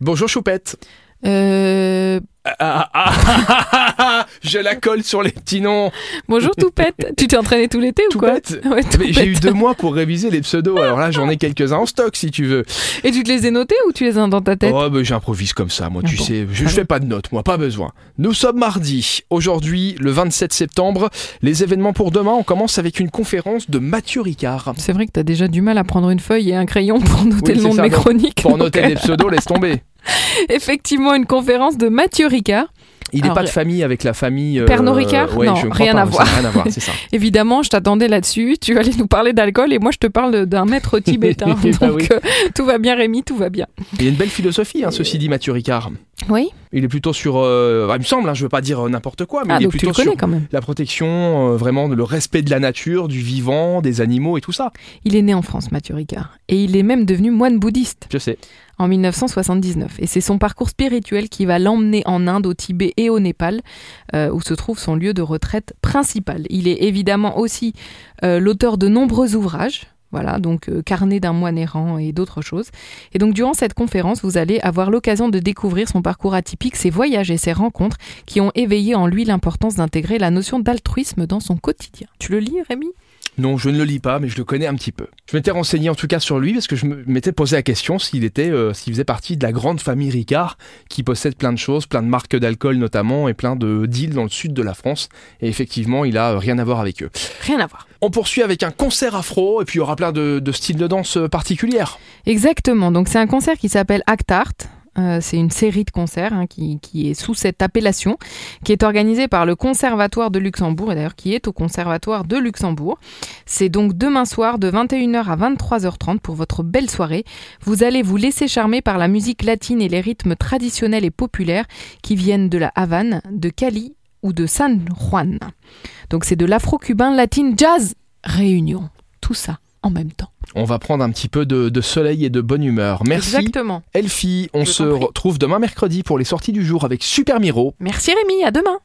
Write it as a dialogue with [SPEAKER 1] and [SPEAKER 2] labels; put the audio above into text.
[SPEAKER 1] Bonjour Choupette.
[SPEAKER 2] Euh,
[SPEAKER 1] Ah, ah, ah, ah, ah, je la colle sur les petits noms.
[SPEAKER 2] bonjour Toupette. tu t'es entraîné tout l'été ou quoi Ah
[SPEAKER 1] Toupette.
[SPEAKER 2] Ouais,
[SPEAKER 1] Mais
[SPEAKER 2] Toupette.
[SPEAKER 1] Eh ben, j'ai eu deux mois pour réviser les pseudos. Alors là, j'en ai quelques-uns en stock si tu veux.
[SPEAKER 2] Et tu te les as notés ou tu les as dans ta tête
[SPEAKER 1] Oh, bah, j'improvise comme ça, moi, tu
[SPEAKER 2] Ah Bon.
[SPEAKER 1] sais. Je, je fais pas de notes, moi, pas besoin. Nous sommes mardi. Aujourd'hui, le 27 septembre. Les événements pour demain, on commence avec une conférence de Mathieu Ricard.
[SPEAKER 2] C'est vrai que t'as déjà du mal à prendre une feuille et un crayon pour noter
[SPEAKER 1] Oui,
[SPEAKER 2] le nom
[SPEAKER 1] c'est
[SPEAKER 2] de
[SPEAKER 1] ça,
[SPEAKER 2] mes
[SPEAKER 1] donc,
[SPEAKER 2] chroniques.
[SPEAKER 1] Pour
[SPEAKER 2] Donc,
[SPEAKER 1] noter
[SPEAKER 2] euh,
[SPEAKER 1] les pseudos, laisse tomber.
[SPEAKER 2] Effectivement, une conférence de Mathieu Ricard.
[SPEAKER 1] Il n'est
[SPEAKER 2] Alors,
[SPEAKER 1] pas de famille avec la famille. euh,
[SPEAKER 2] Pernod Ricard
[SPEAKER 1] ouais,
[SPEAKER 2] Non,
[SPEAKER 1] je crois
[SPEAKER 2] rien
[SPEAKER 1] pas,
[SPEAKER 2] à
[SPEAKER 1] ça
[SPEAKER 2] voir.
[SPEAKER 1] n'a Rien à voir, c'est ça.
[SPEAKER 2] Évidemment, je t'attendais là-dessus. Tu allais nous parler d'alcool et moi, je te parle d'un maître tibétain. Donc,
[SPEAKER 1] Bah oui.
[SPEAKER 2] euh, tout va bien, Rémi, tout va bien.
[SPEAKER 1] Il a une belle philosophie, hein,
[SPEAKER 2] Euh,
[SPEAKER 1] ceci dit, Mathieu Ricard.
[SPEAKER 2] Oui.
[SPEAKER 1] Il est plutôt sur. euh, bah, il me semble, hein, je veux pas dire euh, n'importe quoi, mais
[SPEAKER 2] Ah,
[SPEAKER 1] il est
[SPEAKER 2] donc tu
[SPEAKER 1] plutôt
[SPEAKER 2] le
[SPEAKER 1] sur
[SPEAKER 2] connais quand même.
[SPEAKER 1] la protection, euh, vraiment le respect de la nature, du vivant, des animaux et tout ça.
[SPEAKER 2] Il est né en France, Mathieu Ricard. Et il est même devenu moine bouddhiste.
[SPEAKER 1] Je sais.
[SPEAKER 2] en 1979. Et c'est son parcours spirituel qui va l'emmener en Inde, au Tibet et au Népal, euh, où se trouve son lieu de retraite principal. Il est évidemment aussi euh, l'auteur de nombreux ouvrages. Voilà, donc euh, Carnet d'un moine errant et d'autres choses. Et donc durant cette conférence, vous allez avoir l'occasion de découvrir son parcours atypique, ses voyages et ses rencontres qui ont éveillé en lui l'importance d'intégrer la notion d'altruisme dans son quotidien. Tu le lis, Rémi
[SPEAKER 1] Non, je ne le lis pas, mais je le connais un petit peu. Je m'étais renseigné en tout cas sur lui parce que je me- m'étais posé la question s'il était, euh, s'il faisait partie de la grande famille Ricard qui possède plein de choses, plein de marques d'alcool notamment et plein de deals dans le sud de la France. Et effectivement, il a euh, rien à voir avec eux.
[SPEAKER 2] Rien à voir.
[SPEAKER 1] On poursuit avec un concert afro et puis il y aura plein de, de styles de danse euh, particulières.
[SPEAKER 2] Exactement. Donc c'est un concert qui s'appelle Act Art. Euh, c'est une série de concerts hein, qui, qui est sous cette appellation, qui est organisée par le Conservatoire de Luxembourg, et d'ailleurs qui est au Conservatoire de Luxembourg. C'est donc demain soir de 21h à 23h30 pour votre belle soirée. Vous allez vous laisser charmer par la musique latine et les rythmes traditionnels et populaires qui viennent de la Havane, de Cali ou de San Juan. Donc c'est de l'afro-cubain latin jazz réunion. Tout ça en même temps.
[SPEAKER 1] On va prendre un petit peu de, de soleil et de bonne humeur. Merci.
[SPEAKER 2] Exactement.
[SPEAKER 1] Elfie, on
[SPEAKER 2] Je
[SPEAKER 1] se
[SPEAKER 2] t'en prie.
[SPEAKER 1] retrouve demain mercredi pour les sorties du jour avec Super Miro.
[SPEAKER 2] Merci Rémi, à demain.